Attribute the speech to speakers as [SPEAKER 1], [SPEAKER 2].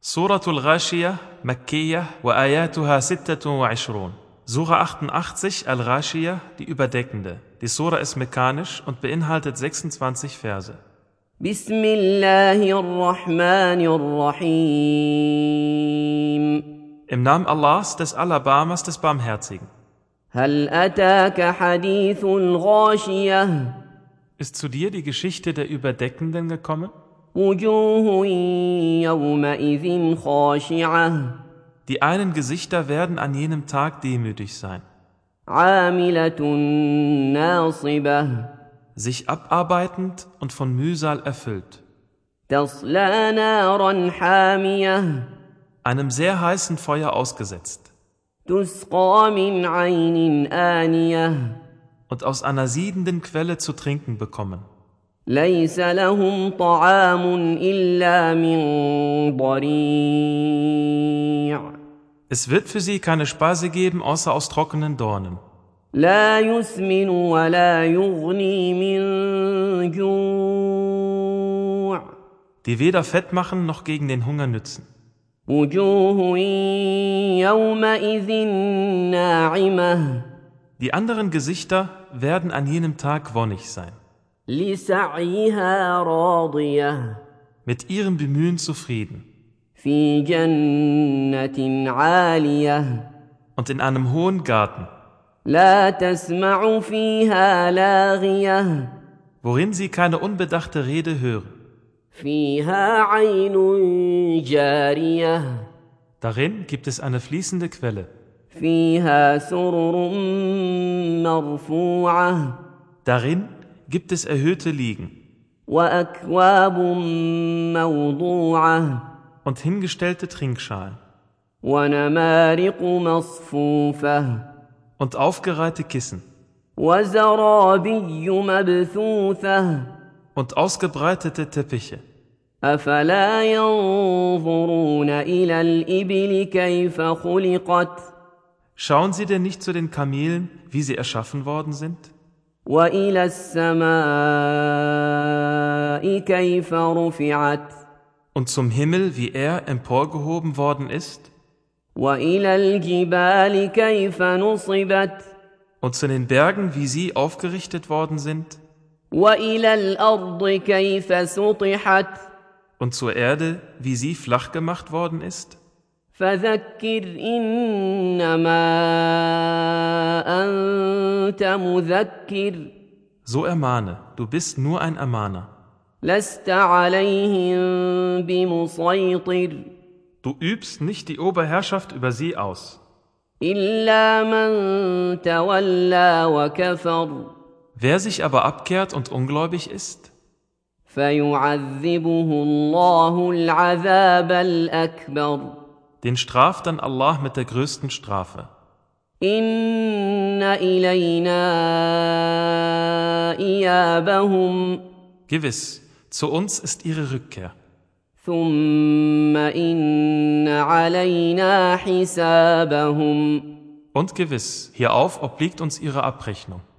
[SPEAKER 1] Surah Al-Ghashiyah, Makkiyah, wa ayatuha 26. Surah 88, Al-Ghashiyah, die Überdeckende. Die Surah ist mekanisch und beinhaltet 26 Verse.
[SPEAKER 2] بسم الله الرحمن الرحيم
[SPEAKER 1] Im Namen Allahs, des Alabamas, des Barmherzigen.
[SPEAKER 2] هل أتاك حديث غاشية
[SPEAKER 1] Ist zu dir die Geschichte der Überdeckenden gekommen?
[SPEAKER 2] وجوه يومئذ خاشعة
[SPEAKER 1] Die einen Gesichter werden an jenem Tag demütig sein,
[SPEAKER 2] عاملة ناصبة
[SPEAKER 1] sich abarbeitend und von Mühsal erfüllt,
[SPEAKER 2] تصلى نارا حامية
[SPEAKER 1] einem sehr heißen Feuer ausgesetzt
[SPEAKER 2] تسقى من عين آنية
[SPEAKER 1] und aus einer siedenden Quelle zu trinken bekommen.
[SPEAKER 2] ليس لهم طعام إلا من ضريع
[SPEAKER 1] Es wird für sie keine Speise geben, außer aus trockenen Dornen,
[SPEAKER 2] لا يسمن ولا يغني من جوع
[SPEAKER 1] die weder Fett machen noch gegen den Hunger nützen.
[SPEAKER 2] وجوه يومئذ ناعمة
[SPEAKER 1] Die anderen Gesichter werden an jenem Tag wonnig sein,
[SPEAKER 2] لسعيها راضية
[SPEAKER 1] mit ihrem Bemühen zufrieden
[SPEAKER 2] في جنة عالية
[SPEAKER 1] und in einem hohen Garten,
[SPEAKER 2] لا تسمع فيها لاغية
[SPEAKER 1] worin sie keine unbedachte Rede hören.
[SPEAKER 2] فيها عين جارية
[SPEAKER 1] Darin gibt es eine fließende Quelle.
[SPEAKER 2] فيها سرر مرفوعه
[SPEAKER 1] Darin gibt es erhöhte Liegen
[SPEAKER 2] واكواب موضوعه
[SPEAKER 1] und hingestellte Trinkschalen
[SPEAKER 2] ونمارق مصفوفه
[SPEAKER 1] und aufgereihte Kissen
[SPEAKER 2] وزرابي مبثوثه
[SPEAKER 1] und ausgebreitete Teppiche.
[SPEAKER 2] افلا ينظرون الى الابل كيف خلقت
[SPEAKER 1] Schauen Sie denn nicht zu den Kamelen, wie sie erschaffen worden sind?
[SPEAKER 2] والى السماء كيف رفعت
[SPEAKER 1] Und zum Himmel, wie er emporgehoben worden ist?
[SPEAKER 2] والى الجبال كيف نصبت
[SPEAKER 1] Und zu den Bergen, wie sie aufgerichtet worden sind?
[SPEAKER 2] والى الارض كيف سطحت
[SPEAKER 1] Und zur Erde, wie sie flach gemacht worden ist?
[SPEAKER 2] فذكر انما انت مذكر
[SPEAKER 1] So ermahne, du bist nur ein Ermahner.
[SPEAKER 2] لست عليهم بمسيطر
[SPEAKER 1] Du übst nicht die Oberherrschaft über sie aus.
[SPEAKER 2] الا من تولى وكفر
[SPEAKER 1] Wer sich aber abkehrt und ungläubig ist,
[SPEAKER 2] فيعذبه الله العذاب الاكبر
[SPEAKER 1] den straft dann Allah mit der größten Strafe.
[SPEAKER 2] ان الينا ايابهم
[SPEAKER 1] Gewiss, zu uns ist ihre Rückkehr.
[SPEAKER 2] ثم إن علينا حسابهم
[SPEAKER 1] Und gewiss, hierauf obliegt uns ihre Abrechnung.